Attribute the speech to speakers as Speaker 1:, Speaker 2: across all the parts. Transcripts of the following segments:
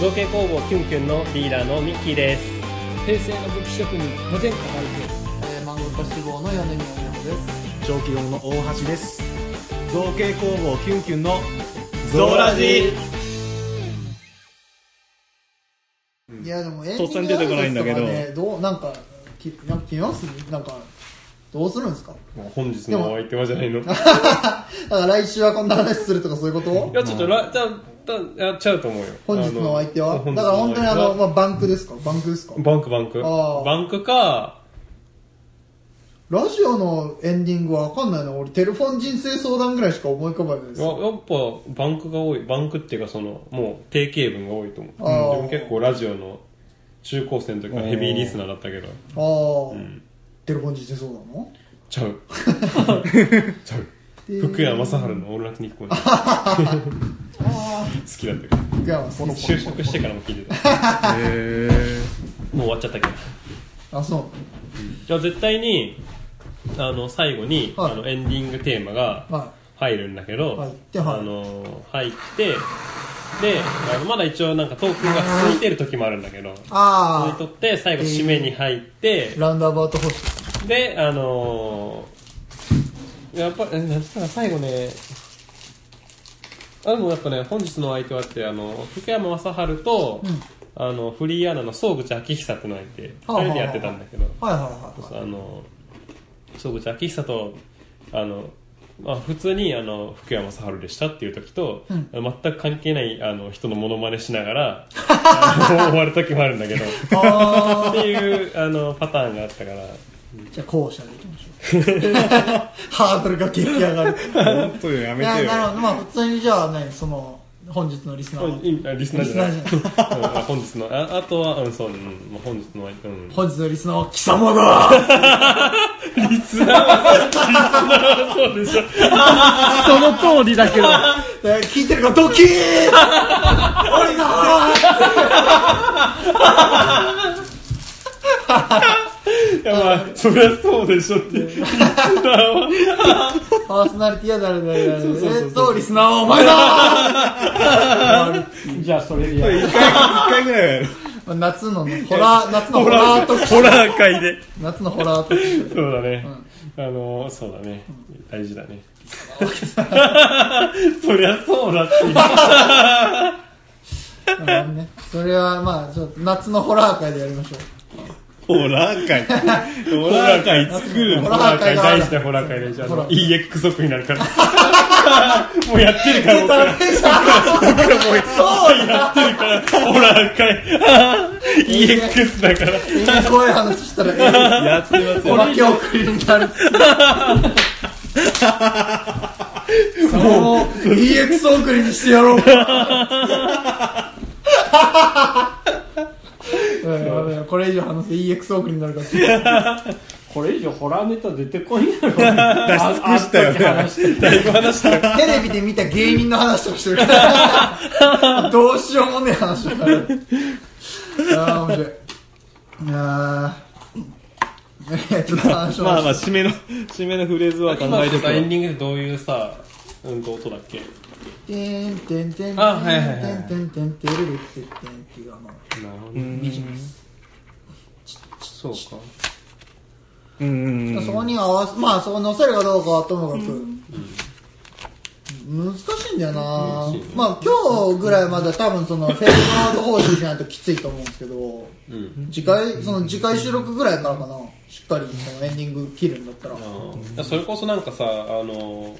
Speaker 1: 造形工房キュンキュンのリーダーのミッキーです
Speaker 2: 平成の武器職人無前科大えー、漫画家志望の米宮優子です
Speaker 3: 長期論の大橋です造形工房キュンキュンの
Speaker 4: いやでもエン
Speaker 5: 突然出てこないんだけど
Speaker 4: ディングの挨拶とかねどうなんかきなんか決めますなんかどうするんですか
Speaker 5: 本日のお相手はじゃな いのい
Speaker 4: だから来週はこんな話するとかそういうこと
Speaker 5: やちょっとらじゃあだやっちゃうと思うよ
Speaker 4: 本日のお相手は
Speaker 5: あの
Speaker 4: だから本当にあ
Speaker 5: 本
Speaker 4: の、
Speaker 5: 日
Speaker 4: ま
Speaker 5: の
Speaker 4: あ、バンクですかバンクですか
Speaker 5: お相手はバンクバンク
Speaker 4: あー
Speaker 5: バンクか
Speaker 4: ラジオのエンディングはわかんないの俺テレフォン人生相談ぐらいしか思い浮かばないです
Speaker 5: ややっぱバンクが多いバンクっていうかそのもう定型文が多いと思う
Speaker 4: あー
Speaker 5: でも結構ラジオの中高生の時からヘビーリスナーだったけど
Speaker 4: ああ、
Speaker 5: ん
Speaker 4: テレフォン人生相談の
Speaker 5: ちゃ うちゃう
Speaker 4: で
Speaker 5: 福山雅治の「オールナイトニッ ポン」好きだったけど
Speaker 4: 福山さん
Speaker 5: 就職してからも聞いてた
Speaker 3: へ
Speaker 5: もう終わっちゃったけど
Speaker 4: あそう
Speaker 5: じゃあ絶対にあの最後に、
Speaker 4: はい
Speaker 5: あのエンディングテーマが
Speaker 4: は
Speaker 5: 入るんだけど、
Speaker 4: はいではい
Speaker 5: あの入ってであのまだ一応なんかトークンが続いてる時もあるんだけど続
Speaker 4: あ
Speaker 5: い
Speaker 4: あ
Speaker 5: とって最後締めに入って、
Speaker 4: ラウンドアバウト方式
Speaker 5: であのーやっぱりなんつったら最後ねあでもやっぱね本日のお相手はってあの福山雅治と、あのフリーアナの総口昭久ってのがいて
Speaker 4: はあはあ
Speaker 5: 2人でやってたんだけど、
Speaker 4: はいはいはいはい
Speaker 5: あの総口昭久とあの、まあ、普通にあの福山雅治でしたっていう時と、
Speaker 4: ん
Speaker 5: 全く関係ないあの人のモノマネしなが らあの終わる時もあるんだけど
Speaker 4: あ
Speaker 5: っていうあのパターンがあったから
Speaker 4: ーじゃあ後者でいきましょう ハードルが激上がる
Speaker 3: ー本当にや
Speaker 4: い
Speaker 3: め
Speaker 4: や
Speaker 3: てよ
Speaker 4: なるほどまあ普通にじゃあねその本日のリスナーは
Speaker 5: 本いあリスナーじゃない
Speaker 4: リス
Speaker 5: うん本日のああとは、うん、そう、うん、もう本日の、うん、
Speaker 4: 本日のリスナーは貴様 だ
Speaker 5: そうでしょ
Speaker 2: その通りだけど
Speaker 4: えー聞いてるかドキーン俺だ
Speaker 5: いやまあそりゃそうでしょってリスナーは
Speaker 4: パーソナリティは誰だよ
Speaker 5: そうそうそうそう
Speaker 4: えーとリスナーはお前だ
Speaker 2: じゃあそれでやる
Speaker 3: 一回一回ぐらいはやる
Speaker 4: 夏のねホラ ー夏のホラー特集
Speaker 3: ホラー界で
Speaker 4: 夏のホラー特集
Speaker 5: そうだね、あのそうだね大事だね そりゃそうだって
Speaker 4: なるほどねそれはまあちょっと夏のホラー会でやりましょう
Speaker 3: ホラー界ホラー界作る
Speaker 4: ホ
Speaker 5: ホ
Speaker 4: ラ
Speaker 5: ラ
Speaker 4: ー
Speaker 5: ー
Speaker 4: 界
Speaker 5: 界
Speaker 4: が
Speaker 5: 大事だよホラー界大事あ
Speaker 4: ホラ
Speaker 5: の
Speaker 4: ー
Speaker 5: EX 族になるからもうやってるから僕ら
Speaker 4: そうだ
Speaker 5: ホラー界 EX だから
Speaker 4: いい怖い話したらえ
Speaker 3: やってます
Speaker 4: えお
Speaker 3: よ
Speaker 4: まけ送りになるそれも EX 送りにしてやろうかうんやべえこれ以上話すと EX 送りになるから
Speaker 2: これ以上ホラーネタ出てこいんやろ脱
Speaker 3: 尽くしたよね
Speaker 5: だいぶ話したよ
Speaker 4: テレビで見た芸人の話とかしてるから。どうしようもねえ話とかある。ああ、面白い。ああ。ちょっと話を。
Speaker 3: まあまあ締めの締めのフレーズは考
Speaker 5: 今
Speaker 3: えて
Speaker 5: の
Speaker 3: く
Speaker 5: さエン
Speaker 3: れ
Speaker 5: ディングでどういうさうんと音だっけ
Speaker 4: てんてんてんてんてんてんてんてんてんてんてんてん
Speaker 5: あはいはいはい
Speaker 4: っていうあの、
Speaker 5: なるほどそうか
Speaker 3: うんうんうん
Speaker 4: そこに合わせ、まあそこに載せるかどうかはともかく。難しいんだよなまあ今日ぐらいまで多分そのフェイクアウト方式じゃないときついと思うんですけど。
Speaker 5: うん
Speaker 4: 次回その次回収録ぐらいからかなしっかりそのエンディング切るんだったら
Speaker 5: あーそれこそなんかさあの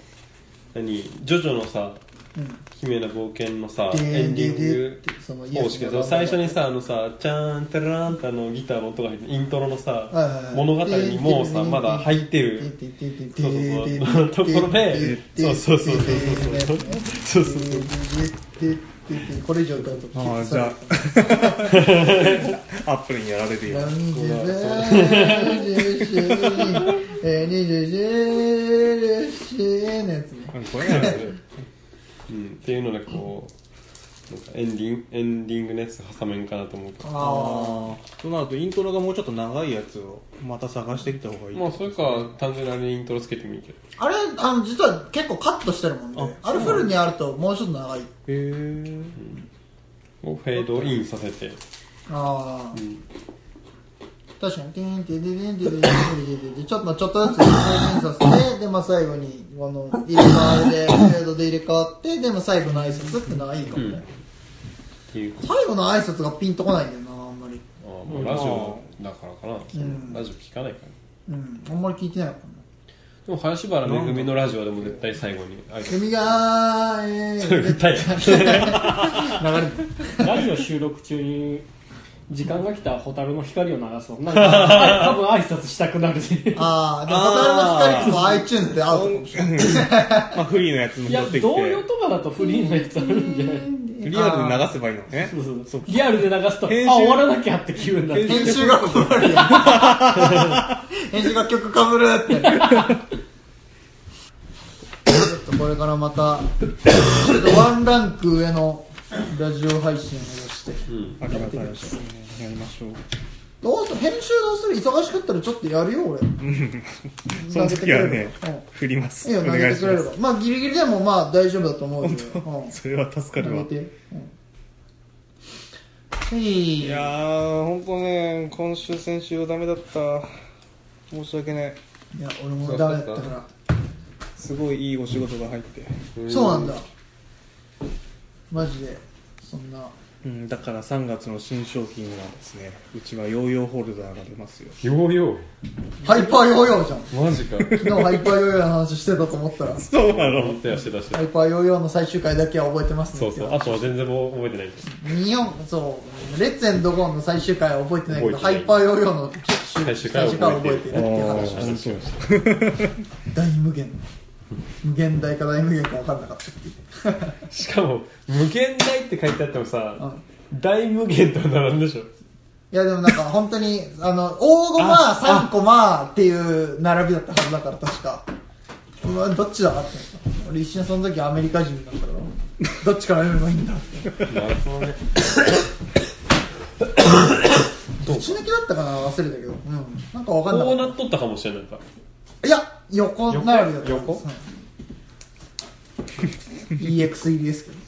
Speaker 5: 何ジョジョのさ
Speaker 4: うん
Speaker 5: 姫の冒険のさ
Speaker 4: で
Speaker 5: エンディン
Speaker 4: でで
Speaker 5: グ
Speaker 4: ってその
Speaker 5: 方式でさ最初にさあのさチャーンテラーンってあのギターの音が入ってイントロの
Speaker 4: はいはいは
Speaker 5: さ
Speaker 4: い
Speaker 5: 物語にもうさまだ入ってるそうそうそうところでそうそうそうそうそうそうそうそう
Speaker 4: これ以上歌うと
Speaker 3: あーじゃあアップルにやられている
Speaker 4: 24のやつね
Speaker 3: これやられる
Speaker 5: うんっていうのでこうなんかエンディングエンディングのやつ挟めんかなと思うから
Speaker 4: あ
Speaker 3: となるとイントロがもうちょっと長いやつをまた探してきた方がいい
Speaker 5: まあそれか単純にあれにイントロつけてもいいけど
Speaker 4: ああれあの実は結構カットしてるもんねあれフルにあるともうちょっと長い
Speaker 3: へえ
Speaker 5: をフェードインさせて、
Speaker 4: ああ
Speaker 5: うん
Speaker 4: 確かにテンテンテンテンテンテンテンテンテンテンちょっとちょっとずつ変させてでまあ最後にこの入れ替わりでフェードで入れ替わってでも最後の挨拶ってのはいいかもね、
Speaker 5: っていう
Speaker 4: 最後の挨拶がピンとこないんだよなあんまり
Speaker 5: あーまあラジオだからかな、
Speaker 4: ん
Speaker 5: ラジオ聞かないから
Speaker 4: うんあんまり聞いてないかも
Speaker 5: でも林原めぐみのラジオでも絶対最後に挨拶
Speaker 4: 君がえ
Speaker 5: それ
Speaker 4: ー、
Speaker 5: 歌え
Speaker 4: 流れてる
Speaker 1: ラジオ収録中に時間が来た蛍の光を流すのなん か多分挨拶したくなるし
Speaker 4: ああでも蛍の光とか iTunes ってアウトかもしれない
Speaker 3: まあ、フリーのやつも
Speaker 1: い
Speaker 3: 持
Speaker 1: や
Speaker 3: ってきて。
Speaker 1: 同様とかだとフリーのやつあるんじゃない
Speaker 3: リアルで流せばいいのね。
Speaker 1: そうそう
Speaker 3: そう
Speaker 1: リアルで流すとあ
Speaker 3: 編
Speaker 1: 終
Speaker 3: 集
Speaker 1: わらなきゃって気分になって
Speaker 4: 編集が困るやん編集が曲かぶるってちょっとこれからまたちょっとワンランク上のラジオ配信をして
Speaker 3: ありがたいですね。やりましょう。
Speaker 4: どうする編集どうする忙しかったらちょっとやるよ俺
Speaker 3: その時は
Speaker 4: 投げ
Speaker 3: ね
Speaker 4: てくれれば、
Speaker 3: 振ります。
Speaker 4: いいよ
Speaker 3: お
Speaker 4: 投げ
Speaker 3: 願い
Speaker 4: てく
Speaker 3: し
Speaker 4: れ
Speaker 3: ま
Speaker 4: れ
Speaker 3: す
Speaker 4: ば。まあギリギリでもまあ大丈夫だと思うよ、うん
Speaker 3: それは助かるわ
Speaker 4: 投。げて、うんはい
Speaker 3: いやー、ほんとね、今週、先週はダメだった。申し訳ない。
Speaker 4: いや俺もダメだったから
Speaker 3: すごいいいお仕事が入って。
Speaker 4: そうなんだマジでそんな
Speaker 3: うん、だから3月の新商品はですね、うちはヨーヨーホルダーが出ますよ。
Speaker 5: ようよ
Speaker 4: ハイパーヨーヨーじゃん
Speaker 5: うマジか
Speaker 4: 昨日ハイパーヨーヨーの話してたと思ったら、ハ
Speaker 3: そうな
Speaker 5: 思
Speaker 3: の
Speaker 5: ってはしてたしてた
Speaker 4: イパーヨーヨーの最終回だけは覚えてますね。
Speaker 5: そうそうあとは全然もう覚えてないんです
Speaker 4: 日本、そう、レッツエンドゴーンの最終回は覚えてないけど、ハイ
Speaker 5: 覚えてな
Speaker 4: パーヨーヨーの
Speaker 5: 最終
Speaker 4: 最
Speaker 5: 回は
Speaker 4: 終回は覚
Speaker 5: 覚え
Speaker 4: え
Speaker 5: て
Speaker 4: て
Speaker 5: い
Speaker 4: るっ
Speaker 5: る
Speaker 4: ていう話をして大無限。無限大か大無限か分かんなかったっていう。
Speaker 5: しかも無限大って書いてあっても
Speaker 4: う
Speaker 5: さ
Speaker 4: ん
Speaker 5: 大無限とは並んでしょ
Speaker 4: いやでもなんか本当に、あの、大駒、3駒っていう並びだったはずだから確か。うわ、どっちだかって。俺一瞬その時アメリカ人だったから、どっちから読めばいいんだって。
Speaker 5: なるほどね
Speaker 4: どっち抜きだったかな忘れたけど。うん。なんか分かんなか
Speaker 5: こう
Speaker 4: った
Speaker 5: なっとったかもしれないか
Speaker 4: いや、横並びだった
Speaker 5: 横
Speaker 4: うん EX 入りですけど。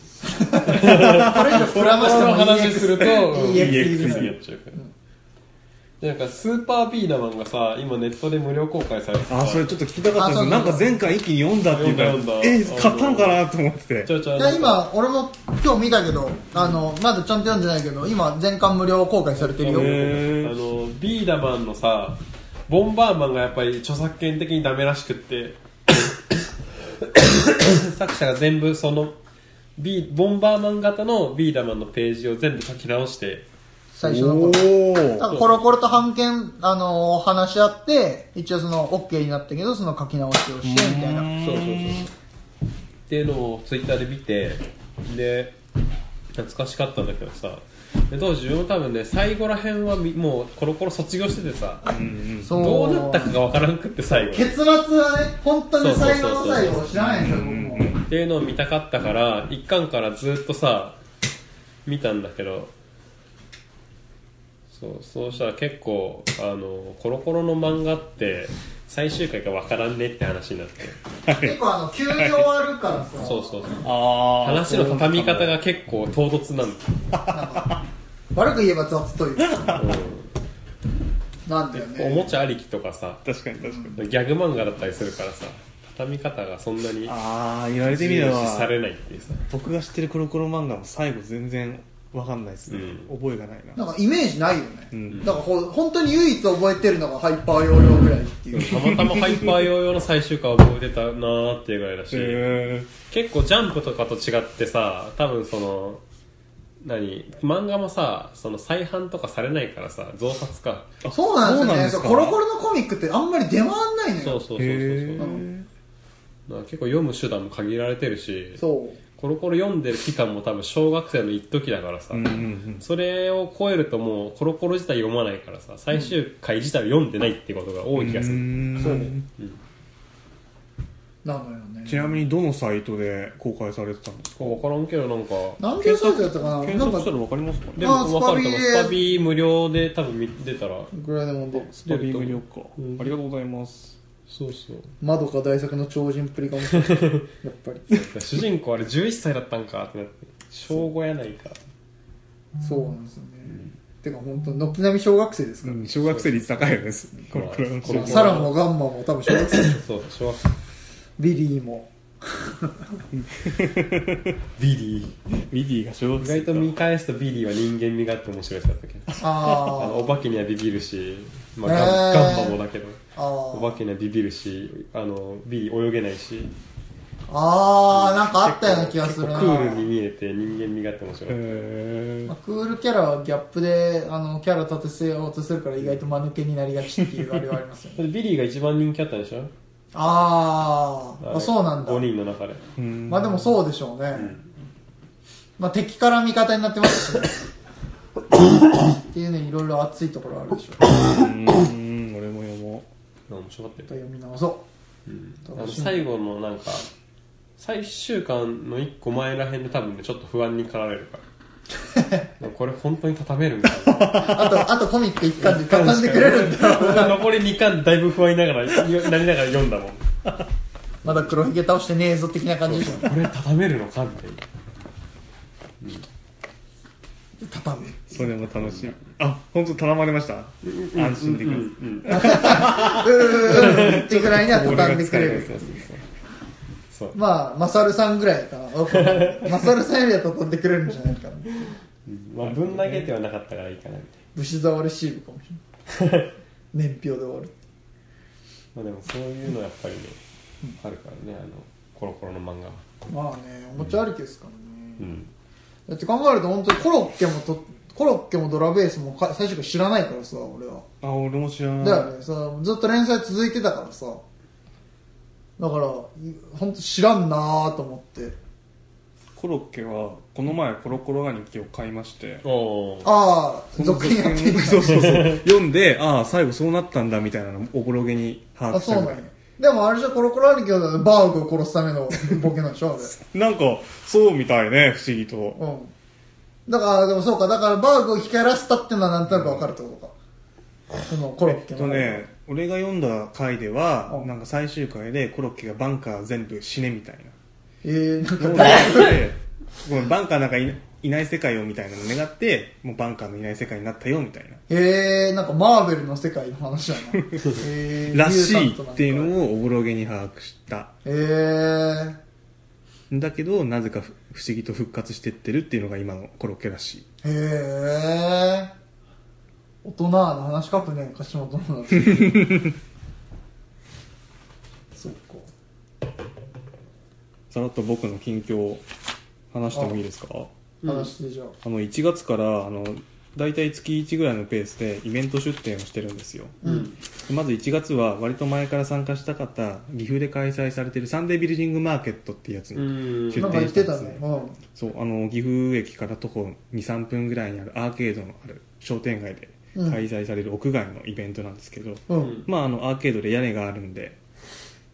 Speaker 4: これ以上膨らましても
Speaker 5: この話すると
Speaker 4: EX 入りです
Speaker 3: EX
Speaker 5: 次やっちゃうからでなんかスーパービーダマンがさ今ネットで無料公開されて
Speaker 3: あ、
Speaker 5: さ
Speaker 3: それちょっと聞きたかったん
Speaker 4: あそ
Speaker 3: です
Speaker 4: うそう
Speaker 3: よ。なんか前回一気に読んだっていうから
Speaker 5: 読んだ読んだ
Speaker 3: え、買ったのかなと思って
Speaker 5: ち
Speaker 3: て。
Speaker 5: ょいちょい
Speaker 4: いや今、俺も今日見たけど、あの、まだちゃんと読んでないけど、今、全巻無料公開されてるよ。
Speaker 3: へ
Speaker 5: あのビーダマンのさボンバーマンがやっぱり著作権的にダメらしくって 作者が全部そのビーボンバーマン型のビーダマンのページを全部書き直して
Speaker 4: 最初の頃。
Speaker 3: お
Speaker 4: だ
Speaker 3: ー。
Speaker 4: からコロコロと判権、あの話し合って、一応その、OK になったけど、その書き直しをして、みたいな。
Speaker 5: そうそうそうっていうのをツイッターで見てで懐かしかったんだけどさで当時自分も多分ね最後ら辺はみもうコロコロ卒業しててさ
Speaker 4: そう
Speaker 5: どうなったかがわからんくって最後
Speaker 4: 結末はね、本当に最後の最後を知らないんですよ、僕も。
Speaker 5: っていうのを見たかったから一巻からずっとさ見たんだけどそうそうしたら結構あのコロコロの漫画って最終回がわからんねって話になって
Speaker 4: 結構あの、急に終わるからさ、
Speaker 5: そうそうそう
Speaker 3: あー。
Speaker 5: 話の畳み方が結構唐突なん
Speaker 4: 悪く言えば雑というか、
Speaker 5: だ、
Speaker 4: なんだよ
Speaker 5: うん、お
Speaker 4: ね。
Speaker 5: もちゃありきとかさ
Speaker 3: 確かに確かに。
Speaker 5: ギャグ漫画だったりするからさ畳み方がそんなに
Speaker 3: あー、言われてみ
Speaker 5: 重
Speaker 3: れ
Speaker 5: 要視さ
Speaker 3: ば、
Speaker 5: れないっていうさ
Speaker 3: 僕が知ってるコロコロ漫画も最後全然わかんないですね。
Speaker 5: う
Speaker 3: 覚えがない
Speaker 4: な
Speaker 3: な。
Speaker 4: んかイメージないよね。
Speaker 3: ん
Speaker 4: だからほ本当に唯一覚えてるのがハイパーヨーヨーぐらいっていう。
Speaker 5: たまたまハイパー用用の最終回覚えてたなーっていうぐらいだし、
Speaker 3: へ
Speaker 5: 結構ジャンプとかと違ってさ多分その何漫画もさその再販とかされないからさ増刷か
Speaker 3: ー。
Speaker 4: そうなんですよね。そう
Speaker 3: か
Speaker 4: コロコロのコミックってあんまり出回んないの
Speaker 5: そう
Speaker 4: よ。
Speaker 5: そうそうそう
Speaker 3: へ
Speaker 5: そう
Speaker 3: ー。
Speaker 5: まあ結構読む手段も限られてるし
Speaker 4: そう。
Speaker 5: コロコロ読んでる期間も多分小学生の一時だからさ、
Speaker 3: うんうんうん。
Speaker 5: それを超えるともうコロコロ自体読まないからさ最終回自体を読んでないってことが多い気がする、
Speaker 3: うん
Speaker 4: なのよね。
Speaker 3: ちなみにどのサイトで公開されてたんですか
Speaker 5: わからんけどなんか
Speaker 4: なんでそうだったかな
Speaker 3: 検
Speaker 4: なん
Speaker 3: 索
Speaker 4: か
Speaker 3: した、らわかりますかね
Speaker 5: でも
Speaker 4: あー
Speaker 5: 分かると
Speaker 4: スパビ
Speaker 5: 思う
Speaker 4: ー
Speaker 5: スパビー無料で多分見出た
Speaker 4: い
Speaker 5: ら
Speaker 4: くらでもで、
Speaker 3: ストリーム料か、
Speaker 5: うん
Speaker 3: ありがとうございます
Speaker 5: そうそう
Speaker 4: 窓か大作の超人っぷりかもしれない。やっぱり。
Speaker 5: 主人公あれ11歳だったんかってなって小5やないか
Speaker 4: そうなんですよね。てか本当、軒並み小学生ですから。
Speaker 3: うん小学生率高いよね、このくらいの
Speaker 5: そうです
Speaker 4: サラもガンマも多分小学生。
Speaker 5: そう、小学
Speaker 4: ビリーも。
Speaker 5: ビリー。
Speaker 3: ミディが小
Speaker 5: 意
Speaker 3: 学生
Speaker 5: 外と見返すとビリーは人間味があって面白いやつだったけど。あの
Speaker 4: あ
Speaker 5: お化けにはビビるし、まあ、
Speaker 4: ね
Speaker 5: ガ
Speaker 4: え
Speaker 5: ンガンバもだけど
Speaker 4: あ。あ
Speaker 5: お化けにはビビるしあのビリー泳げないし
Speaker 4: あ。ああ、なんかあったような気がす
Speaker 5: 結
Speaker 4: る
Speaker 5: 構
Speaker 4: な。
Speaker 5: クールに見えて人間味があって面白い、
Speaker 3: へ
Speaker 4: まあ、クールキャラはギャップであのキャラ立てせようとするから意外と間抜けになりがちっていうあれはありますよね
Speaker 5: だってビリーが一番人気あったでしょ
Speaker 4: あーあそうなんだ
Speaker 5: 5人の中で
Speaker 3: ーうん
Speaker 4: まあでもそうでしょうね、まあ、敵から味方になってますしねっていうねいろいろ熱いところあるでしょう
Speaker 3: うん俺も読も
Speaker 5: 面白かったよ
Speaker 4: と読み直そ
Speaker 5: あの最後のなんか最終巻の1個前らへんで多分ねちょっと不安に駆られるからでもこれ本当に畳めるんだ
Speaker 4: うあとあとコミック一巻で畳んでくれるんだ
Speaker 5: 残り2巻だいぶ不安にながらなりながら読んだもん
Speaker 4: まだ黒ひげ倒してねえぞ的な感じでしょ
Speaker 5: これ畳めるのかみたいな
Speaker 4: 畳む
Speaker 3: うそれも楽しみあ本当頼まれました安心できます
Speaker 4: うーんってぐらいには
Speaker 3: 俺
Speaker 4: 畳ん
Speaker 3: が
Speaker 4: でく
Speaker 3: 使え
Speaker 4: れ
Speaker 3: る
Speaker 4: る
Speaker 3: やつ
Speaker 5: そう
Speaker 4: まあマサルさんぐらいかなわかんないマサルさんよりは畳んでくれるんじゃないかな
Speaker 5: まあぶん投げてはなかったからいいかなみたい
Speaker 4: 武士沢レシーブかもしれない年表で終わる
Speaker 5: なまあでもそういうのやっぱりねあるからねあのコロコロの漫画は
Speaker 4: まあねおもちゃありきですからね、
Speaker 5: うん
Speaker 4: だって考えると本当にコロッケもとコロッケもドラベースもか最初から知らないからさ俺は
Speaker 3: あ俺も知らない
Speaker 4: だよねさずっと連載続いてたからさだから本当知らんなーと思って
Speaker 3: コロッケはこの前コロコロが日記を買いまして
Speaker 5: おー
Speaker 4: ああ続編やってみた
Speaker 3: そうそうそう読んでああ最後そうなったんだみたいなのをおぼろげに把
Speaker 4: あ
Speaker 3: 握し
Speaker 4: そう
Speaker 3: た
Speaker 4: な
Speaker 3: ぐ
Speaker 4: ん
Speaker 3: ら
Speaker 4: や
Speaker 3: い
Speaker 4: でもあれじゃコロコロ兄貴はバーグを殺すためのボケなんで しょあれ
Speaker 3: なんかそうみたいね不思議と
Speaker 4: うん。だから、でもそうか、だからバーグを光らせたってのはなんとなくわかるってことか。そのコロッケ
Speaker 3: えっ
Speaker 4: の。
Speaker 3: とね、俺が読んだ回では、
Speaker 4: うん
Speaker 3: なんか最終回でコロッケがバンカー全部死ねみたい
Speaker 4: えー、なん
Speaker 3: な
Speaker 4: か
Speaker 3: ので、ごめんバンカーなんかいないない世界をみたいなのを願って、もうバンカーのいない世界になったよみたいな。
Speaker 4: えー、なんかマーベルの世界の話だ な。えー、
Speaker 3: らしい
Speaker 4: ミュータントなんか
Speaker 3: っていうのをおぼろげに把握した。
Speaker 4: えー、
Speaker 3: だけど、なぜかふ不思議と復活してってるっていうのが今のコロッケらしい。
Speaker 4: えー。大人の話書くね、柏本の。 そうか。
Speaker 3: さらっと僕の近況を話してもいいですか
Speaker 4: 話してじゃあ。
Speaker 3: あの、1月から、あの、だいたい月1ぐらいのペースでイベント出店をしてるんですよ。
Speaker 4: うん。
Speaker 3: まず1月は割と前から参加したかった岐阜で開催されているサンデービルディングマーケットっていうやつ
Speaker 5: う
Speaker 3: に、
Speaker 5: ん
Speaker 3: 出
Speaker 4: なんか言ってたね。うん。
Speaker 3: そうあの岐阜駅から徒歩23分ぐらいにあるアーケードのある商店街で
Speaker 4: うん
Speaker 3: 開催される屋外のイベントなんですけど、
Speaker 4: うん。
Speaker 3: まああのアーケードで屋根があるんで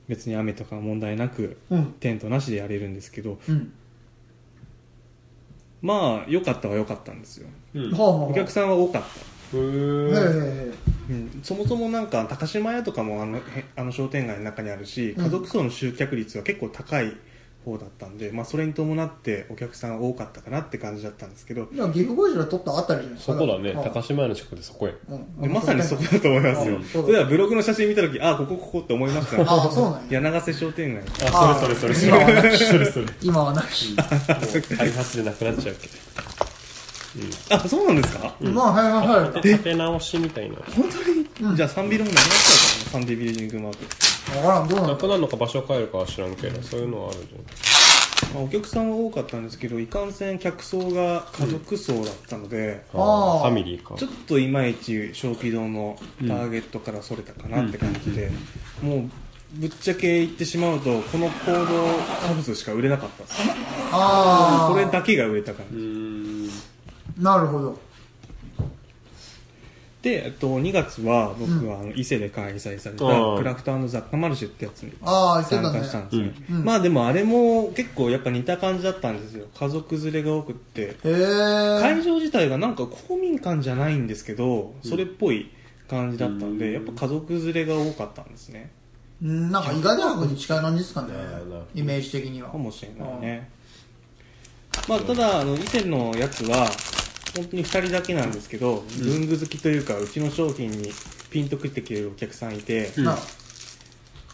Speaker 3: 別に雨とか問題なく
Speaker 4: うん。
Speaker 3: テントなしでやれるんですけど
Speaker 4: うん。
Speaker 3: まあ良かったは良かったんですよ
Speaker 5: うん
Speaker 4: はあはあ。
Speaker 3: お客さんは多かった
Speaker 5: うーん
Speaker 4: ねえ
Speaker 3: うんそもそもなんか高島屋とかもあのへあの商店街の中にあるし
Speaker 4: うん
Speaker 3: 家族層の集客率は結構高い方だったんで、まあ、それに伴ってお客さんが多かったかなって感じだったんですけど
Speaker 4: でもギフゴジラ撮ったあたりじゃないです
Speaker 5: そ
Speaker 4: か
Speaker 5: こだね
Speaker 4: うん
Speaker 5: 高島屋の近くでそこや
Speaker 4: うん
Speaker 3: でまさにそこだと思いますよ
Speaker 4: うん
Speaker 3: それはブログの写真見た時あここここって思いましたね
Speaker 4: ああそうなんや
Speaker 3: 柳瀬商店街
Speaker 5: あそれそれそれ
Speaker 4: あー
Speaker 5: それそれも
Speaker 4: 今はなき、
Speaker 5: う開発でなくなっちゃうけど
Speaker 3: あそうなんですか、
Speaker 4: まあはいはいはい
Speaker 5: 立て直しみたいな
Speaker 3: 本当に、じゃあサンビルもなくなっちゃうからねサンデービルディングマーク、
Speaker 4: 分からんどうな
Speaker 5: な
Speaker 4: の
Speaker 5: くなるのか場所を変えるかは知らんけどそういうのはあるじ
Speaker 3: まあ、お客さんは多かったんですけどいかんせん客層が家族層だったので、
Speaker 5: ゃんあ
Speaker 4: あー
Speaker 5: ーファミリーか
Speaker 3: ちょっといまいち小規堂のターゲットからそれたかなって感じで、もうぶっちゃけ言ってしまうとこの行動カブスしか売れなかったです
Speaker 4: ああ
Speaker 3: これだけが売れた感
Speaker 5: う
Speaker 3: じ
Speaker 5: ーん
Speaker 4: なるほど
Speaker 3: でえっと2月は僕はあの伊勢で開催され
Speaker 5: あ
Speaker 3: た
Speaker 5: あ
Speaker 3: クラフト雑貨マルシェってやつに
Speaker 4: ああ言
Speaker 3: 参加
Speaker 4: って
Speaker 3: した
Speaker 4: た
Speaker 3: ん
Speaker 4: ね
Speaker 3: ですね、
Speaker 4: うん
Speaker 3: まあでもあれも結構やっぱ似た感じだったんですよ家族連れが多くって
Speaker 4: へえ
Speaker 3: 会場自体がなんか公民館じゃないんですけどそれっぽい感じだったんでやっぱ家族連れが多かったんですね
Speaker 4: うんなんか意外と博に近い感じですかね
Speaker 5: なるほど
Speaker 4: イメージ的には
Speaker 3: かもしれないね、まあ、ただあの以前のやつは本当に2人だけなんですけど、文具好きというかうちの商品にピンとくってくれるお客さんいて、
Speaker 5: うん
Speaker 4: なあ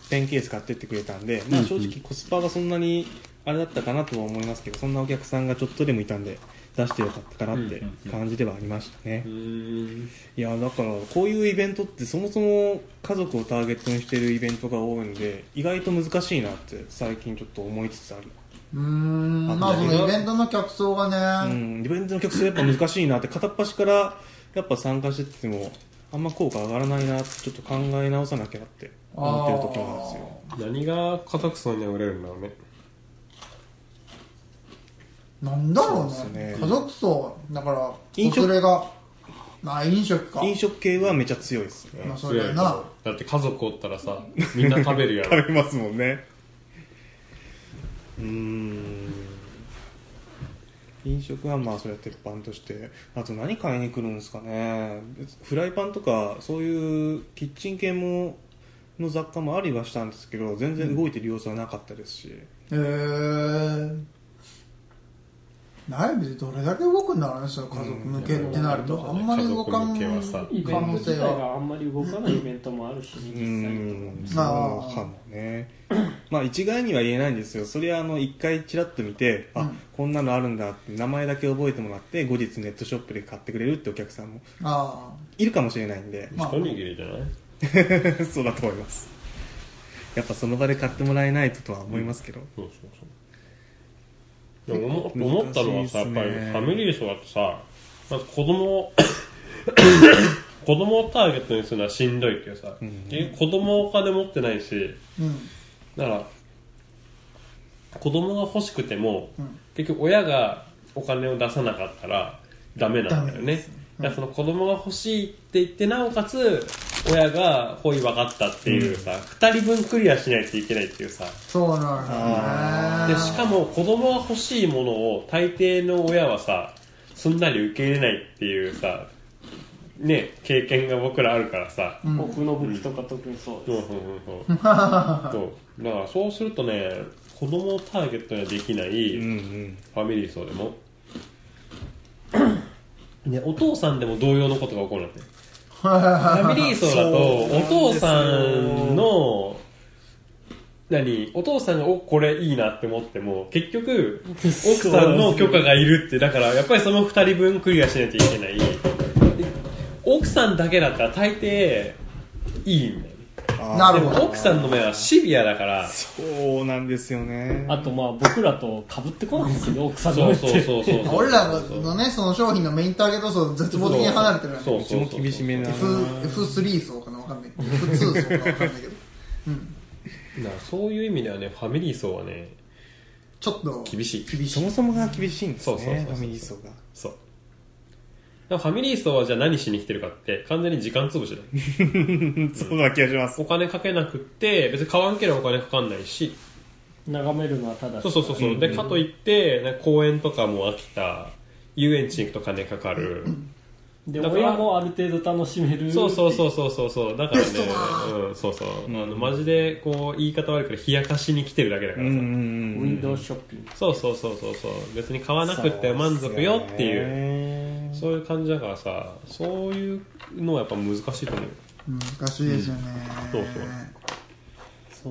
Speaker 3: ペンケース買ってってくれたんで、まあ、正直コスパはそんなにあれだったかなとは思いますけどそんなお客さんがちょっとでもいたんで出してよかったかなって感じではありましたね、
Speaker 5: うん
Speaker 3: いやだからこういうイベントってそもそも家族をターゲットにしてるイベントが多いんで意外と難しいなって最近ちょっと思いつつある
Speaker 4: うーんまあそのイベントの客層が
Speaker 3: う
Speaker 4: ね、
Speaker 3: ん、イベントの客数やっぱ難しいなって片っ端からやっぱ参加してってもあんま効果上がらないなってちょっと考え直さなきゃって思ってる時なんですよ
Speaker 5: 何が固くそに売れるんだろうね
Speaker 4: なんだろう
Speaker 3: そうで
Speaker 4: ね
Speaker 3: すね
Speaker 4: 家族層だから
Speaker 3: 飲食
Speaker 4: それがまあ飲食か
Speaker 3: 飲食系はめちゃ強いですね
Speaker 4: まあそれだよな
Speaker 5: だって家族おったらさみんな食べるやろ
Speaker 3: 食べますもんねうーん飲食はまあそれは鉄板としてあと何買いに来るんですかねフライパンとかそういうキッチン系もの雑貨もありはしたんですけど全然動いてる様子はなかったですし、
Speaker 4: へえ内部でどれだけ動くんだろうねその家族向けってなると、あんまり動かん
Speaker 5: 家族向けはさ
Speaker 4: 可能性は
Speaker 1: あんまり動かないイベントもあるし、
Speaker 3: う
Speaker 1: 実際
Speaker 3: んそうかもねまあ一概には言えないんですよそれはあの一回チラッと見て、
Speaker 4: う
Speaker 3: あ
Speaker 4: ん
Speaker 3: こんなのあるんだって名前だけ覚えてもらって後日ネットショップで買ってくれるってお客さんも
Speaker 4: あ
Speaker 3: いるかもしれないんで
Speaker 4: あまあ
Speaker 5: おにぎりじゃない
Speaker 3: そうだと思いますやっぱその場で買ってもらえないととは思いますけど、
Speaker 5: そうそうそうでも思思ったのはさやっ
Speaker 3: 難しいっすね
Speaker 5: ぱりファミリー層だとさまず子供を子供をターゲットにするのはしんどいっていうさ、結局子供お金持ってないし
Speaker 4: うん
Speaker 5: だから子供が欲しくても、
Speaker 4: うん
Speaker 5: 結局親がお金を出さなかったらダメなんだよ
Speaker 4: ダメ
Speaker 5: ね、だからその子供が欲しいって言ってなおかつ親が「ほい分かった」っていうさ、二2人分クリアしないといけないっていうさ
Speaker 4: そうなんだ
Speaker 5: で
Speaker 4: ね
Speaker 5: しかも子供が欲しいものを大抵の親はさすんなり受け入れないっていうさね経験が僕らあるからさ、
Speaker 4: うん
Speaker 1: 僕の武器とか特にそう
Speaker 5: そう
Speaker 1: で
Speaker 5: そうそうそうそうだからそうするとね子供をターゲットにはできない、
Speaker 3: うんう
Speaker 5: フ
Speaker 3: ん
Speaker 5: ァミリー層で もねお父さんでも同様のことが起 こるんだねファミリー層だとお父さんの何お父さんがおこれいいなって思っても結 局奥さんの許可がいるってだからやっぱりその2人分クリアしないといけないで奥さんだけだったら大抵いいんだよね
Speaker 3: あー
Speaker 4: な
Speaker 5: で
Speaker 4: るほど
Speaker 5: も奥さんの目はシビアだから
Speaker 3: そうなんですよね
Speaker 1: すあとまあ僕らと被ってこないんですよね奥さんの
Speaker 5: そう
Speaker 1: 目って
Speaker 5: そうそうそ う
Speaker 4: 俺らのねその商品のメインターゲット層と絶望的に離れてるよね
Speaker 5: そう
Speaker 3: うちも厳しめな
Speaker 4: F F3 層かなわかんない けど F2 層かわかんないけど
Speaker 5: だからそういう意味ではねファミリー層はね
Speaker 4: ちょっと
Speaker 5: 厳しい
Speaker 3: そもそもが厳しいんですね
Speaker 5: そうそうそうそう
Speaker 3: ファミリー層が
Speaker 5: そうだからファミリー層はじゃあ何しに来てるかって完全に時間潰しだよ
Speaker 3: そうな気がします
Speaker 5: お金かけなくって別に買わんければお金かかんないし
Speaker 1: 眺めるのはただ
Speaker 5: そうそうそうそう、でかといってなんか公園とかも飽きた遊園地に行くと金かかる、
Speaker 1: で
Speaker 5: だから
Speaker 1: 親もある程度楽しめる
Speaker 5: そうそうそううそうそうそうだからね、うん、そうそう、あのマジでこう言い方悪いけど冷やかしに来てるだけだか
Speaker 3: う
Speaker 5: ら
Speaker 3: ん
Speaker 5: さ、
Speaker 1: ウ
Speaker 3: うんうん
Speaker 1: ィンドウショッピング
Speaker 5: そうそうそうそうそう別に買わなくて満足よっていう
Speaker 3: う
Speaker 5: そういう感じだからさそういうのはやっぱ難しいと思う、
Speaker 4: 難しいですよね
Speaker 5: そうそ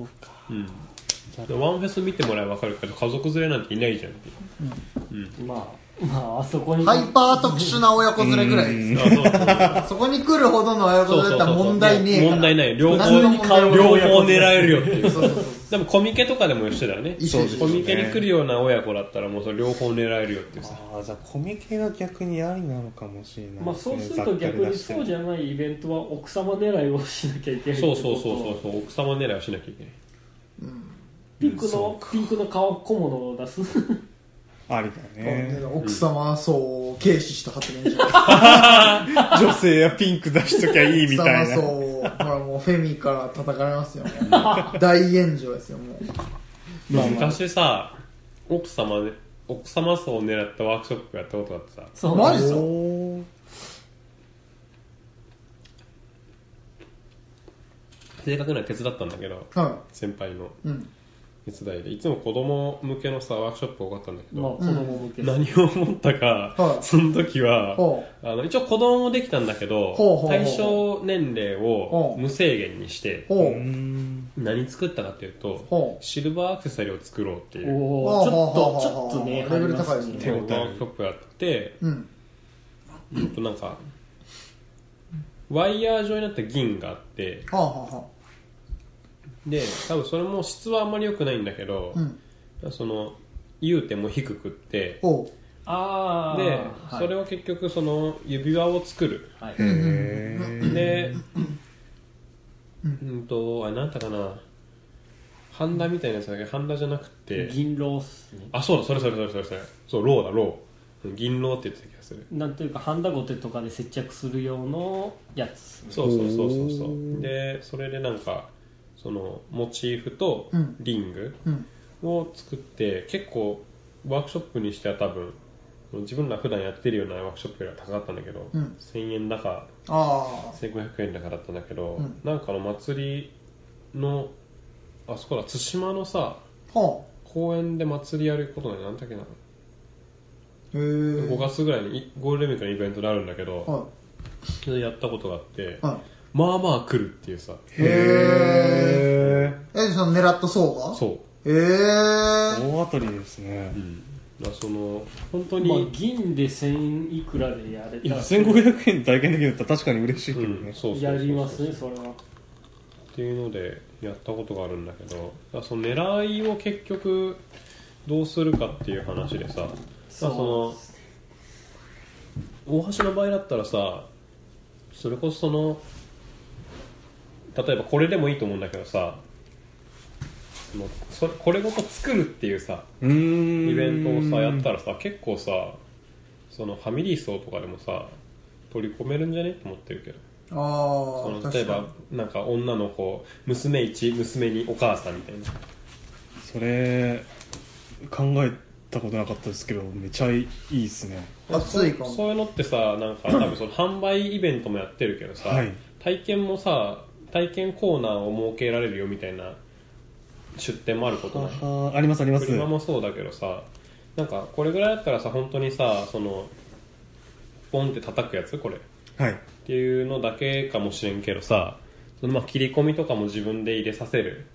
Speaker 1: そ
Speaker 5: う
Speaker 1: うか
Speaker 5: うん、でワンフェス見てもらえば分かるけど家族連れなんていないじゃんっていう
Speaker 1: まあまああそこに
Speaker 4: ハイパー特殊な親子連れぐらいですよ
Speaker 5: あそうそう
Speaker 4: そこに来るほどの親子連れだったら問題ねえから
Speaker 5: 問題ない両方
Speaker 4: 何の問題も
Speaker 5: 両方狙えるよっていう
Speaker 4: そうそうそう
Speaker 5: でもコミケとかでも一緒だよね
Speaker 4: 一緒一緒
Speaker 5: コミケに来るような親子だったらもうそれ両方狙えるよっていうさ
Speaker 3: ああじゃあコミケが逆にありなのかもしれないですね、
Speaker 1: まあそうすると逆にそうじ
Speaker 3: ゃ
Speaker 1: ゃないイベントは奥様狙いをしなきゃいけない
Speaker 5: そうそうそうそううそう奥様狙いをしなきゃいけない
Speaker 1: ピンクのピンクの顔小物を出 す
Speaker 3: ありだね
Speaker 4: 奥様層を軽視した発言じゃない
Speaker 3: 女性やピンク出しときゃいいみた い
Speaker 4: 奥
Speaker 3: な
Speaker 4: 様層をほらもうフェミから叩かれますよも う大炎上ですよもう
Speaker 5: 昔さ奥様ね奥様層を狙ったワークショップやったことがあってさ
Speaker 1: そう
Speaker 4: マジっすか
Speaker 3: おー
Speaker 5: 正確なは手伝ったんだけど
Speaker 4: は
Speaker 5: 先輩の
Speaker 4: いうん
Speaker 5: 手伝いでいつも子供向けのさワークショップ多かったんだけ
Speaker 1: まあ
Speaker 5: ど、
Speaker 1: 子供向け、
Speaker 5: 何を思ったか、
Speaker 4: はい
Speaker 5: その時は
Speaker 4: ほ
Speaker 5: あの一応子供もできたんだけど
Speaker 4: ほうほうほう
Speaker 5: 対象年齢を
Speaker 4: ほう
Speaker 5: 無制限にして
Speaker 4: ほ
Speaker 3: うー
Speaker 4: うん
Speaker 5: 何作ったかっていうと
Speaker 4: ほう
Speaker 5: シルバーアクセサリーを作ろうっていう
Speaker 1: お
Speaker 4: ほう
Speaker 1: おちょっ
Speaker 4: ほ
Speaker 1: と
Speaker 4: う
Speaker 1: ち
Speaker 4: ほうほ
Speaker 1: ょ
Speaker 4: う
Speaker 1: っとね
Speaker 4: レベル高いですね
Speaker 5: ワークショップやって
Speaker 4: うん
Speaker 5: うんとなんかワイヤー状になった銀があって
Speaker 4: はあはあは
Speaker 5: で多分それも質はあんまり良くないんだけど
Speaker 4: あ、うん
Speaker 5: その融点も低くって
Speaker 4: ほう
Speaker 1: ああ
Speaker 5: で、それ
Speaker 1: を、
Speaker 5: を結局その指輪を作る
Speaker 1: はい
Speaker 3: へー
Speaker 5: でうんとあれなんだかなハンダみたいなやつだけどハンダじゃなくて
Speaker 1: 銀ロースね
Speaker 5: あそうだそれそれそれそれそれそうローだロー銀ローって言ってた気がする
Speaker 1: なんというかハンダゴテとかで接着する用のやつ
Speaker 5: そうそうそうそうそ
Speaker 3: お
Speaker 5: う
Speaker 3: ー
Speaker 5: でそれでなんかそのモチーフと
Speaker 4: うん
Speaker 5: リング
Speaker 4: うん
Speaker 5: を作って結構ワークショップにしては多分自分ら普段やってるようなワークショップよりは高かったんだけど、
Speaker 4: うん
Speaker 5: 1000円だか
Speaker 4: あ
Speaker 5: 1500円だかだったんだけど、
Speaker 4: うん
Speaker 5: なんかの祭りのあそこだ対馬のさ
Speaker 4: あは
Speaker 5: 公園で祭りやることになんだっけな、
Speaker 4: あへえ
Speaker 5: 5月ぐらいにいゴールデンウィークのイベントであるんだけど、
Speaker 4: は
Speaker 5: それでやったことがあって、
Speaker 4: いは
Speaker 5: まあまあ来るっていうさ
Speaker 4: いへえ
Speaker 3: へ
Speaker 4: えその狙った層が
Speaker 5: そう
Speaker 4: へえ
Speaker 3: ー大当たりですね
Speaker 5: う、うん、だからその本当に、
Speaker 1: まあ、銀で1000いくらでやれ
Speaker 3: い
Speaker 1: た
Speaker 3: や
Speaker 1: ら
Speaker 3: 1500円体験できるんだったら確かに嬉しいけ
Speaker 5: う
Speaker 3: どね、
Speaker 5: ん、そうそうそうそう
Speaker 1: やりますねそれは
Speaker 5: っていうのでやったことがあるんだけどだからその狙いを結局どうするかっていう話でさそ
Speaker 1: そう
Speaker 5: その大橋の場合だったらさそれこそその例えばこれでもいいと思うんだけどさそのそれこれごと作るっていうさ
Speaker 3: うーん
Speaker 5: イベントをさやったらさ結構さそのファミリー層とかでもさ取り込めるんじゃねと思ってるけどそ
Speaker 4: ああ
Speaker 5: の例えばなんか女の子娘1娘2お母さんみたいな
Speaker 3: それ考えたことなかったですけどめちゃいいですね
Speaker 4: 熱いか
Speaker 5: そ
Speaker 4: も
Speaker 5: そういうのってさなんか多 分その販売イベントもやってるけどさ、
Speaker 3: はい
Speaker 5: 体験もさ体験コーナーを設けられるよみたいな出店もあることない
Speaker 3: ああありますあります
Speaker 5: 車もそうだけどさなんかこれぐらいだったらさ本当にさそのポンって叩くやつこれ
Speaker 3: はい
Speaker 5: っていうのだけかもしれんけどさそのまあ切り込みとかも自分で入れさせる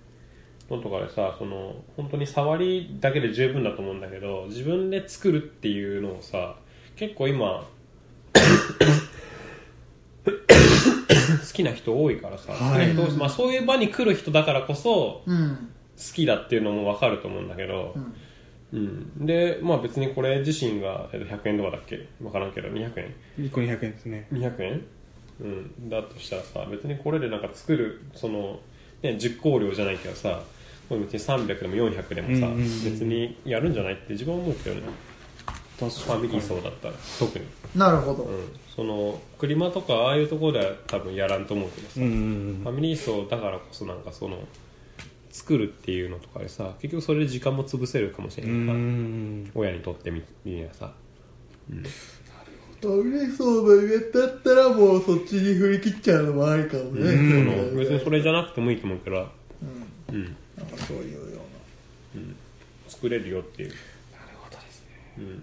Speaker 5: のとかでさその本当に触りだけで十分だと思うんだけど自分で作るっていうのをさ結構今好きな人多いからさ、
Speaker 3: はい
Speaker 5: 好きな人多いしまあ、そういう場に来る人だからこそ
Speaker 4: うん
Speaker 5: 好きだっていうのも分かると思うんだけど、
Speaker 4: うん
Speaker 5: うんでまあ別にこれ自身がえっと100円とかだっけ分からんけど200円
Speaker 3: 1個200円ですね
Speaker 5: 200円、うん、だとしたらさ別にこれでなんか作るその、ね、実行料じゃないけどさこれ別に300でも400でもさ、
Speaker 3: うんうんうん
Speaker 5: 別にやるんじゃないって自分は思うけどね
Speaker 3: 確
Speaker 5: ファミリー層だったら特に、
Speaker 4: なるほど
Speaker 5: うん、その車とかああいうところでは多分やらんと思うけどさ、
Speaker 3: うんうん
Speaker 5: フ
Speaker 3: うん
Speaker 5: ァミリー層だからこそなんかその作るっていうのとかでさ結局それで時間も潰せるかもし
Speaker 3: う
Speaker 5: れない
Speaker 3: んう
Speaker 5: か
Speaker 3: ん
Speaker 5: ら、親にとってみりゃさ
Speaker 4: 飛びそうなやったったらもうそっちに振り切っちゃうのもありかもね、
Speaker 5: そ
Speaker 4: そう
Speaker 5: の
Speaker 4: だね
Speaker 5: 別にそれじゃなくてもいいと思うから、
Speaker 4: うん
Speaker 5: うん、
Speaker 4: なんかそういうよ
Speaker 5: 作れるよっていう、
Speaker 3: なるほどですね
Speaker 5: うん、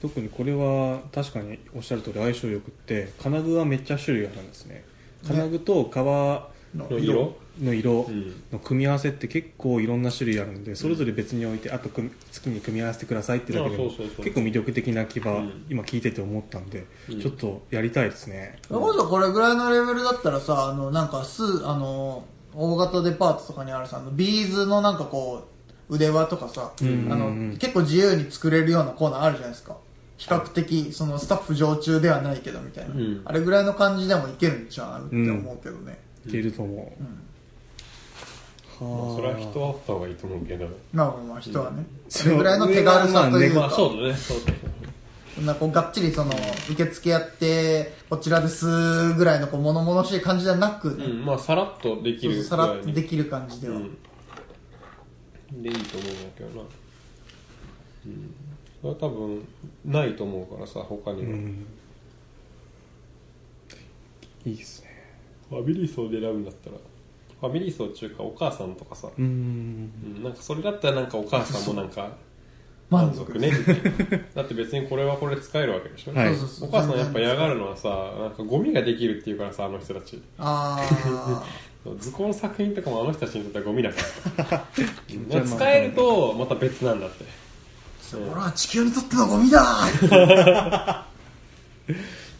Speaker 3: 特にこれは確かにおっしゃる通り相性よくって金具はめっちゃ種類あるんですね金具と革
Speaker 4: うなの
Speaker 5: の色
Speaker 3: の色
Speaker 5: うん
Speaker 3: の組み合わせって結構いろんな種類あるんでそれぞれ別に置いてあと組み好きに組み合わせてくださいってだけでも
Speaker 5: あそうそうそう
Speaker 3: 結構魅力的な気
Speaker 5: う
Speaker 3: は
Speaker 5: ん
Speaker 3: 今聞いてて思ったんで
Speaker 5: うん
Speaker 3: ちょっとやりたいですね
Speaker 4: それこそこれぐらいのレベルだったらさあのなんかすあの大型デパートとかにあるさあのビーズのなんかこう腕輪とかさ、
Speaker 3: ん
Speaker 4: あの結構自由に作れるようなコーナーあるじゃないですか比較的そのスタッフ常駐ではないけどみたいな、
Speaker 5: ん
Speaker 4: あれぐらいの感じでもいけるんちゃうって思うけどね、
Speaker 3: いけると思う
Speaker 5: まあ、それは人
Speaker 3: は
Speaker 5: はあった方がいいと思うけど
Speaker 4: まあまあまあ人はね、そ
Speaker 3: そ
Speaker 4: れ
Speaker 3: れ
Speaker 4: ぐらいの手軽さという
Speaker 5: ま
Speaker 4: か、
Speaker 5: あそうだねそうだね
Speaker 4: そんなこうがっちりその受付やってこちらですぐらいのこう物々しい感じじゃなくね、
Speaker 5: うんまあさらっとでき
Speaker 4: そうそ
Speaker 5: る
Speaker 4: うさらっ
Speaker 5: ぐ
Speaker 4: と
Speaker 5: いに
Speaker 4: できる感じでは、
Speaker 5: うん、でいいと思うんだけどな、うん、それは多分ないと思うからさ他に
Speaker 3: う
Speaker 5: は、
Speaker 3: んいいですね
Speaker 5: ファミリー層で選ぶんだったらフファミリー層っていうかお母さんとかさ、
Speaker 3: うーん
Speaker 5: うん、なんかそれだったらなんかお母さんもなんか
Speaker 4: 満
Speaker 5: 満
Speaker 4: 足
Speaker 5: 足ねみたいなだって別にこれはこれで使えるわけでしょ、
Speaker 3: はい
Speaker 4: そうそうそ
Speaker 5: お
Speaker 4: う
Speaker 5: 母さんやっぱ嫌がるのはさなんかゴミができるっていうからさあの人たち
Speaker 4: あ
Speaker 5: 図工の作品とかもあの人たちにとってはゴミだから
Speaker 3: ち
Speaker 5: うん
Speaker 3: 悪い
Speaker 5: 使えるとまた別なんだって
Speaker 4: あ俺は地球にとってのゴミだ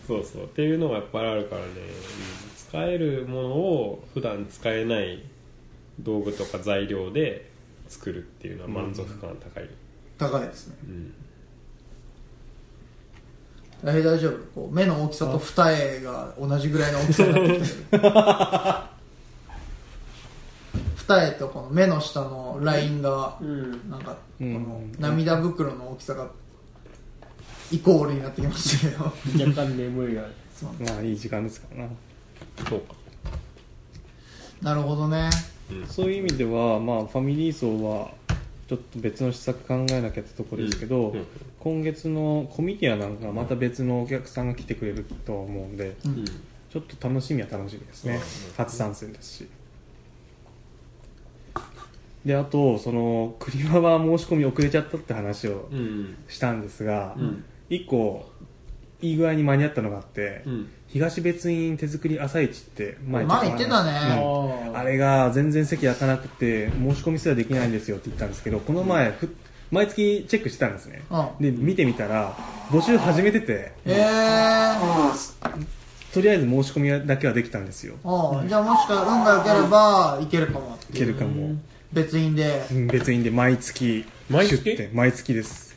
Speaker 5: そうそうっていうのがやっぱりあるからね、うん使えるものを普段使えない道具とか材料で作るっていうのは満足感高い、
Speaker 4: 高いですね
Speaker 5: うん
Speaker 4: 大大丈夫こう目の大きさと二重が同じぐらいの大きさになってきてる 二重とこの目の下のラインが
Speaker 1: うん
Speaker 4: なんかこ
Speaker 3: うん
Speaker 4: の涙袋の大きさがイコールになってきましたけど
Speaker 1: 若干眠いが
Speaker 4: そう
Speaker 3: まあいい時間ですからな
Speaker 5: そうか
Speaker 4: なるほどね
Speaker 3: そういう意味ではまあファミリー層はちょっと別の施策考えなきゃってとこですけど、
Speaker 5: うんうん
Speaker 3: 今月のコミティアなんかまた別のお客さんが来てくれるとは思うんで
Speaker 5: うん
Speaker 3: ちょっと楽しみは楽しみですね、初参戦ですしであとそのクリマは申し込み遅れちゃったって話を
Speaker 5: うん
Speaker 3: したんですが、
Speaker 5: うん
Speaker 3: 一個いい具合に間に合ったのがあって、
Speaker 5: うん
Speaker 3: 東別院手作り朝市って前
Speaker 4: 前言ってた
Speaker 1: あ
Speaker 4: ね、
Speaker 1: ー
Speaker 3: あれが全然席開かなくて申し込みすらできないんですよって言ったんですけどこの前ふ毎月チェックしてたんですね
Speaker 4: うん
Speaker 3: で見てみたら募集始めてて
Speaker 4: ええ
Speaker 3: とりあえず申し込みだけはできたんですよ
Speaker 4: おうじゃあもしか運が良ければいけるかも
Speaker 3: いけるかも
Speaker 4: 別院で
Speaker 3: うん別院で毎月
Speaker 5: 毎月
Speaker 3: 出店毎月です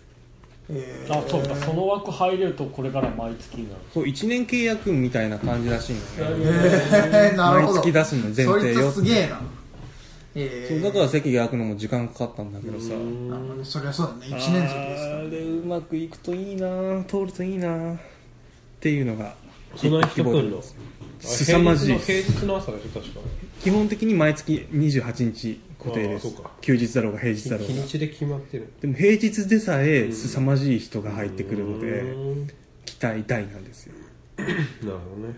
Speaker 4: えー
Speaker 1: あそうかその枠入れるとこれから毎月になる
Speaker 3: そう1年契約みたいな感じらしいのね
Speaker 4: えー、なるほど
Speaker 3: 毎月出すの前提よ
Speaker 4: そいつすげえなえ
Speaker 3: そ
Speaker 4: え
Speaker 3: うだから席が開くのも時間かかったんだけどさ
Speaker 4: あそりゃそうだね1年生ですから
Speaker 3: あれうまくいくといいな通るといいなっていうのが
Speaker 5: その人来んの
Speaker 3: すさまじい
Speaker 5: あ平日の平日の朝でしょ確か
Speaker 3: 基本的に毎月28日固定で
Speaker 5: あー
Speaker 3: す
Speaker 5: そうか
Speaker 3: 休日だろうが平日だろ
Speaker 5: 日
Speaker 3: うが
Speaker 5: にちで決まってる
Speaker 3: でも平日でさえ凄まじい人が入ってくるので
Speaker 5: うん
Speaker 3: 期待大なんですよ
Speaker 5: なるほどね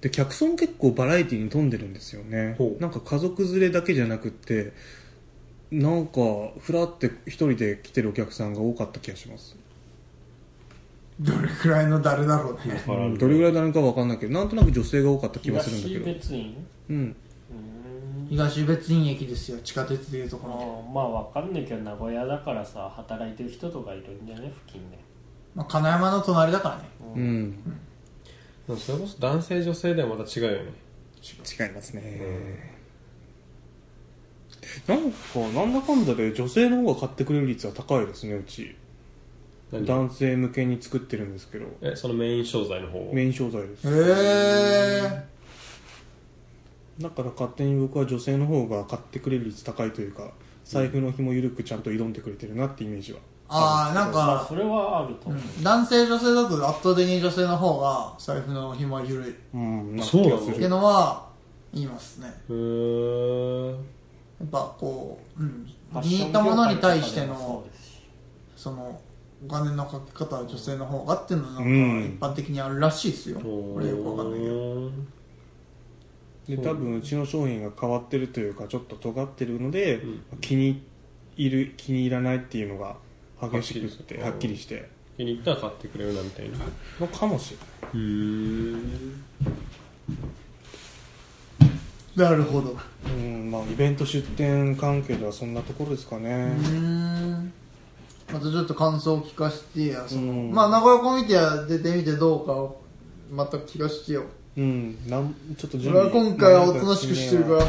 Speaker 3: で客層も結構バラエティに富んでるんですよね
Speaker 5: ほう
Speaker 3: なんか家族連れだけじゃなくってなんかふらって一人で来てるお客さんが多かった気がします
Speaker 4: どれくらいの誰だろうね
Speaker 3: どれぐらいなのか分かんないけどなんとなく女性が多かった気がするんだけ
Speaker 1: 東
Speaker 3: ど
Speaker 1: 別院
Speaker 3: うん
Speaker 1: うーん
Speaker 4: 東別院駅ですよ地下鉄でいうと
Speaker 1: あ
Speaker 4: ころ、
Speaker 1: ーまあわかんないけど名古屋だからさ働いてる人とかいるんじゃね付近で
Speaker 4: まあ、金山の隣だからね
Speaker 3: うん
Speaker 5: なんかそれこそ男性女性ではまた違うよね
Speaker 3: 違いますね、なんかなんだかんだで女性の方が買ってくれる率は高いですねうち
Speaker 5: 何
Speaker 3: 男性向けに作ってるんですけど
Speaker 5: えそのメイン商材の方を
Speaker 3: メイン商材です
Speaker 4: へえ
Speaker 3: だから勝手に僕は女性の方が買ってくれる率高いというか財布の紐緩くちゃんと挑んでくれてるなってイメージは
Speaker 4: ああなん
Speaker 1: まあ
Speaker 4: か
Speaker 1: それはあると
Speaker 4: う
Speaker 1: 思うん
Speaker 4: 男性女性だと圧倒的に女性の方が財布の紐は緩いっ
Speaker 3: うん
Speaker 5: そう
Speaker 3: 気
Speaker 5: なの
Speaker 3: が
Speaker 4: て
Speaker 3: す
Speaker 4: いう
Speaker 3: る
Speaker 4: のは言いますね
Speaker 5: うーん
Speaker 4: やっぱこう、うん、
Speaker 1: ファッ
Speaker 4: 気に
Speaker 1: ショ
Speaker 4: 入
Speaker 1: ン
Speaker 4: っ
Speaker 1: 業
Speaker 4: た
Speaker 1: 界とかで
Speaker 4: ものに
Speaker 1: も
Speaker 4: 対して
Speaker 1: そ
Speaker 4: の
Speaker 1: うですし
Speaker 4: そのお金のかけ方は女性の方がっていうのはなんか
Speaker 3: うん
Speaker 4: 一般的にあるらしいですよ、俺よくわかんないけど
Speaker 3: で多分うちの商品が変わってるというかちょっと尖ってるので、気に入る気に入らないっていうのが激しくっては
Speaker 5: は
Speaker 3: っ
Speaker 5: っ
Speaker 3: き
Speaker 5: き
Speaker 3: り
Speaker 5: り
Speaker 3: して
Speaker 5: 気に入ったら買ってくれるなみたいな
Speaker 3: のかもしれない
Speaker 5: うん
Speaker 4: なるほどう
Speaker 3: うんまあ、イベント出店関係ではそんなところですかね、
Speaker 4: ーんまたちょっと感想を聞かせてやその、
Speaker 3: うん
Speaker 4: まあ名古屋コミュニティア出てみてどうかをまた聞かせてよ
Speaker 3: うんなんちょっと
Speaker 4: 俺は今回はおとなしくしてるから
Speaker 3: ら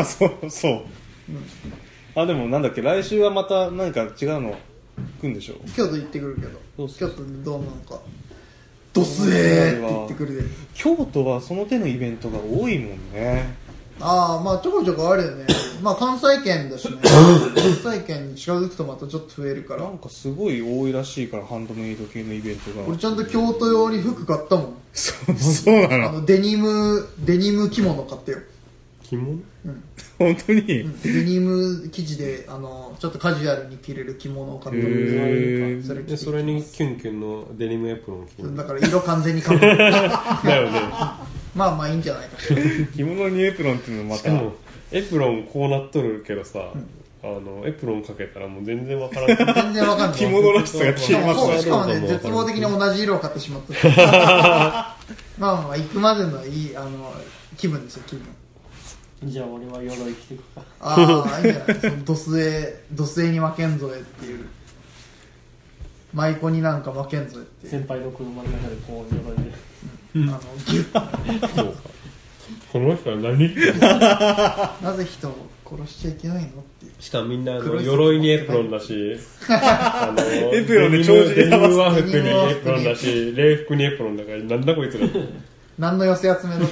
Speaker 3: あそうそう、あでもなんだっけ来週はまた何か違うの来んでしょ
Speaker 4: 京都行ってくるけど
Speaker 3: そうそう
Speaker 4: 京都でどうなのかドスえーって言ってくるで
Speaker 3: 京都はその手のイベントが多いもんね
Speaker 4: ああまあちょこちょこあるよねまあ関西圏だし ね関西圏に近づくとまたちょっと増えるから
Speaker 3: なんかすごい多いらしいからハンドメイド系のイベント
Speaker 4: 俺
Speaker 3: が
Speaker 4: ちゃんと京都用に服買ったもん
Speaker 3: そうそうな
Speaker 4: あのデニムデニム着物買ってよ
Speaker 5: 着着物
Speaker 3: 本当に、
Speaker 4: デニム生地であのちょっとカジュアルに着れる着物を買ったんですよ
Speaker 3: へー
Speaker 4: それ着て
Speaker 5: でそれにキュンキュンのデニムエプロン着てる
Speaker 4: だから色完全にかぶる
Speaker 5: だよね
Speaker 4: まあまあいいんじゃないか
Speaker 3: 着物にエプロンっていうのま
Speaker 5: したかもエプロンこうなっとるけどさ、あのエプロンかけたらもう全然わ からん
Speaker 4: 全然わかんない
Speaker 3: 着物らしさが
Speaker 4: し
Speaker 3: 消え
Speaker 4: か
Speaker 3: ま
Speaker 4: も
Speaker 3: す
Speaker 4: しかもね
Speaker 5: そうそうそう
Speaker 4: 絶望的に同じ色を買ってしまった まあまあ行くまでのいいあの気分ですよ気分
Speaker 1: じゃあ俺は鎧着てくか
Speaker 4: あ あいいんじゃないそのドスエドスエに負けんぞえっていう舞妓になんか負けんぞえっていう
Speaker 1: 先輩の車の中でこう鎧で
Speaker 4: あのギュッ
Speaker 5: そうかこの人は何
Speaker 4: なぜ人を殺しちゃいけないのっていう
Speaker 5: しかもみんなあ
Speaker 4: 黒
Speaker 5: の
Speaker 4: い
Speaker 5: 鎧にエプロンだ しあの
Speaker 3: エプロンで
Speaker 5: デニム
Speaker 3: 長寿
Speaker 5: デ
Speaker 3: に合わ
Speaker 5: ニ
Speaker 3: せ
Speaker 5: ム和服に
Speaker 4: デニム和服に
Speaker 5: エプロンだし礼服にエプロンだからなんだこいつら
Speaker 4: 何の寄せ集めの寄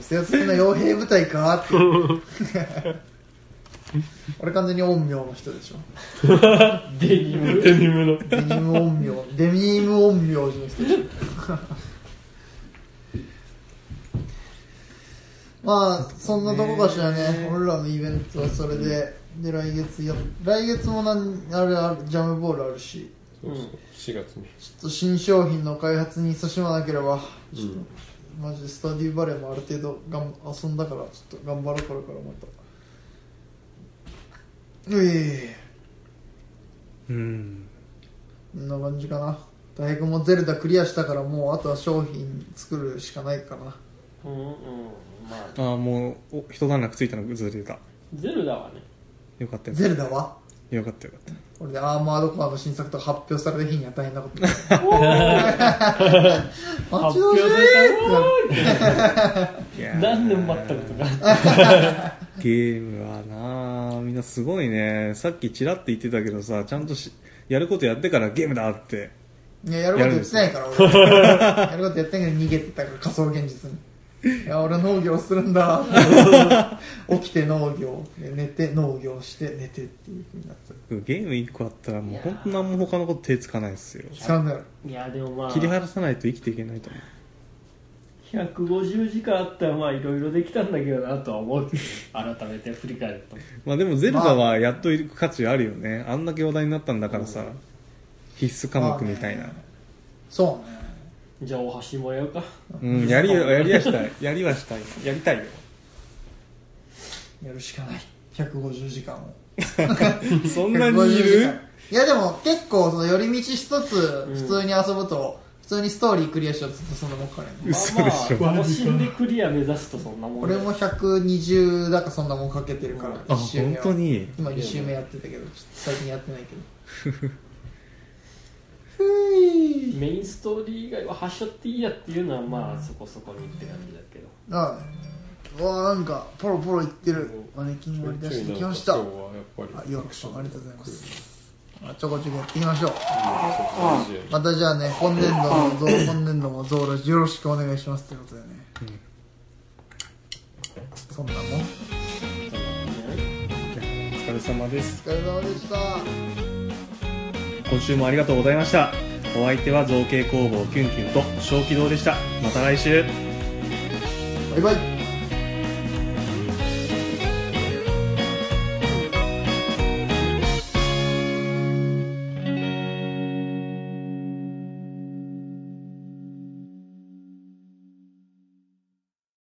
Speaker 4: せ集めの傭兵部隊かっていう俺完全に陰陽の人でしょ
Speaker 1: デニム
Speaker 5: デニムの
Speaker 4: デニム陰陽デニム陰陽師の人でしょまあそんなとこかしらね俺らのイベントはそれでで来月や来月もなんあれあるジャムボールあるし
Speaker 5: そうそう4月に
Speaker 4: ちょっと新商品の開発に勤しまなければちょっと、
Speaker 5: うん
Speaker 4: マジでスタディバレーもある程度がん遊んだからちょっと頑張ろうこれからまたうえ
Speaker 3: うん
Speaker 4: こんな感じかな大学もゼルダクリアしたからもうあとは商品作るしかないかな
Speaker 1: うんうんまあ
Speaker 3: ああもうお一段落ついたのずれた
Speaker 1: ゼルダはね
Speaker 3: よかったよ
Speaker 4: ゼルダは
Speaker 3: よかったよかった
Speaker 4: これでアーマードコアの新作とか発表された日には大変なこと待ち
Speaker 1: 発
Speaker 4: 遠
Speaker 1: 表
Speaker 4: し
Speaker 1: さ
Speaker 4: い
Speaker 1: れ
Speaker 4: ったてなる
Speaker 3: いやー
Speaker 1: 何年待ったことか
Speaker 3: ゲームはなあみんなすごいねさっきちらっと言ってたけどさちゃんとしやることやってからゲームだって
Speaker 4: いや、やること言ってないから、俺。 やることやってないけど逃げてたから、仮想現実に。いや、俺農業するん だ。起きて農業、で寝て農業して寝てっていう風になって
Speaker 3: ゲーム1個あったらもう本当何も他のこと手つかないですよ
Speaker 4: た。使うんだよ。
Speaker 1: いやでもまあ
Speaker 3: 切り離さないと生きていけないと思う
Speaker 1: 150時間あったらまあいろいろできたんだけどなとは 思うけど改めて振り返ると
Speaker 3: まあでもゼルダはやっといく価値あるよねあんだけ話題になったんだからさ、必須科目みたいな、
Speaker 4: まあねそうね。
Speaker 1: じゃあお橋もやるか
Speaker 3: うんやりやりはしたいやりはしたいやりたい よ
Speaker 4: やるしかない。150時間を。
Speaker 3: そんなにいる
Speaker 4: いやでも結構その寄り道しつつ普通に遊ぶと普通にストーリークリアしようと進んだもんかね
Speaker 3: 嘘でしょ
Speaker 1: まあまあ死んでクリア目指すとそんなもんだよ
Speaker 4: 俺も120だかそんなもんかけてるから
Speaker 1: うん
Speaker 3: あ
Speaker 4: 一周目
Speaker 3: 本
Speaker 4: は
Speaker 3: 当に
Speaker 4: 今2周目やってたけどちょっと最近やってないけどふい
Speaker 1: メインストーリー以外は発射っていいやっていうのはまあそこそこにって感じだけど
Speaker 4: ああうわなんかポロポロいってるマネキン割り出してきました
Speaker 5: ちょい
Speaker 4: あ
Speaker 5: ちょいなんか今日はやっぱり
Speaker 4: よくありがとうございますまあちょこちょこやっていきましょう
Speaker 5: うんそうそう
Speaker 4: またじゃあね今年度もゾウ今年度もゾウラジよろしくお願いしますということでね、そんなもんお
Speaker 3: お疲れ様です
Speaker 4: 疲れ様でした
Speaker 3: 今週もありがとうございましたお相手は造形工房キュンキュンと小気道でしたまた来週
Speaker 4: バイバイ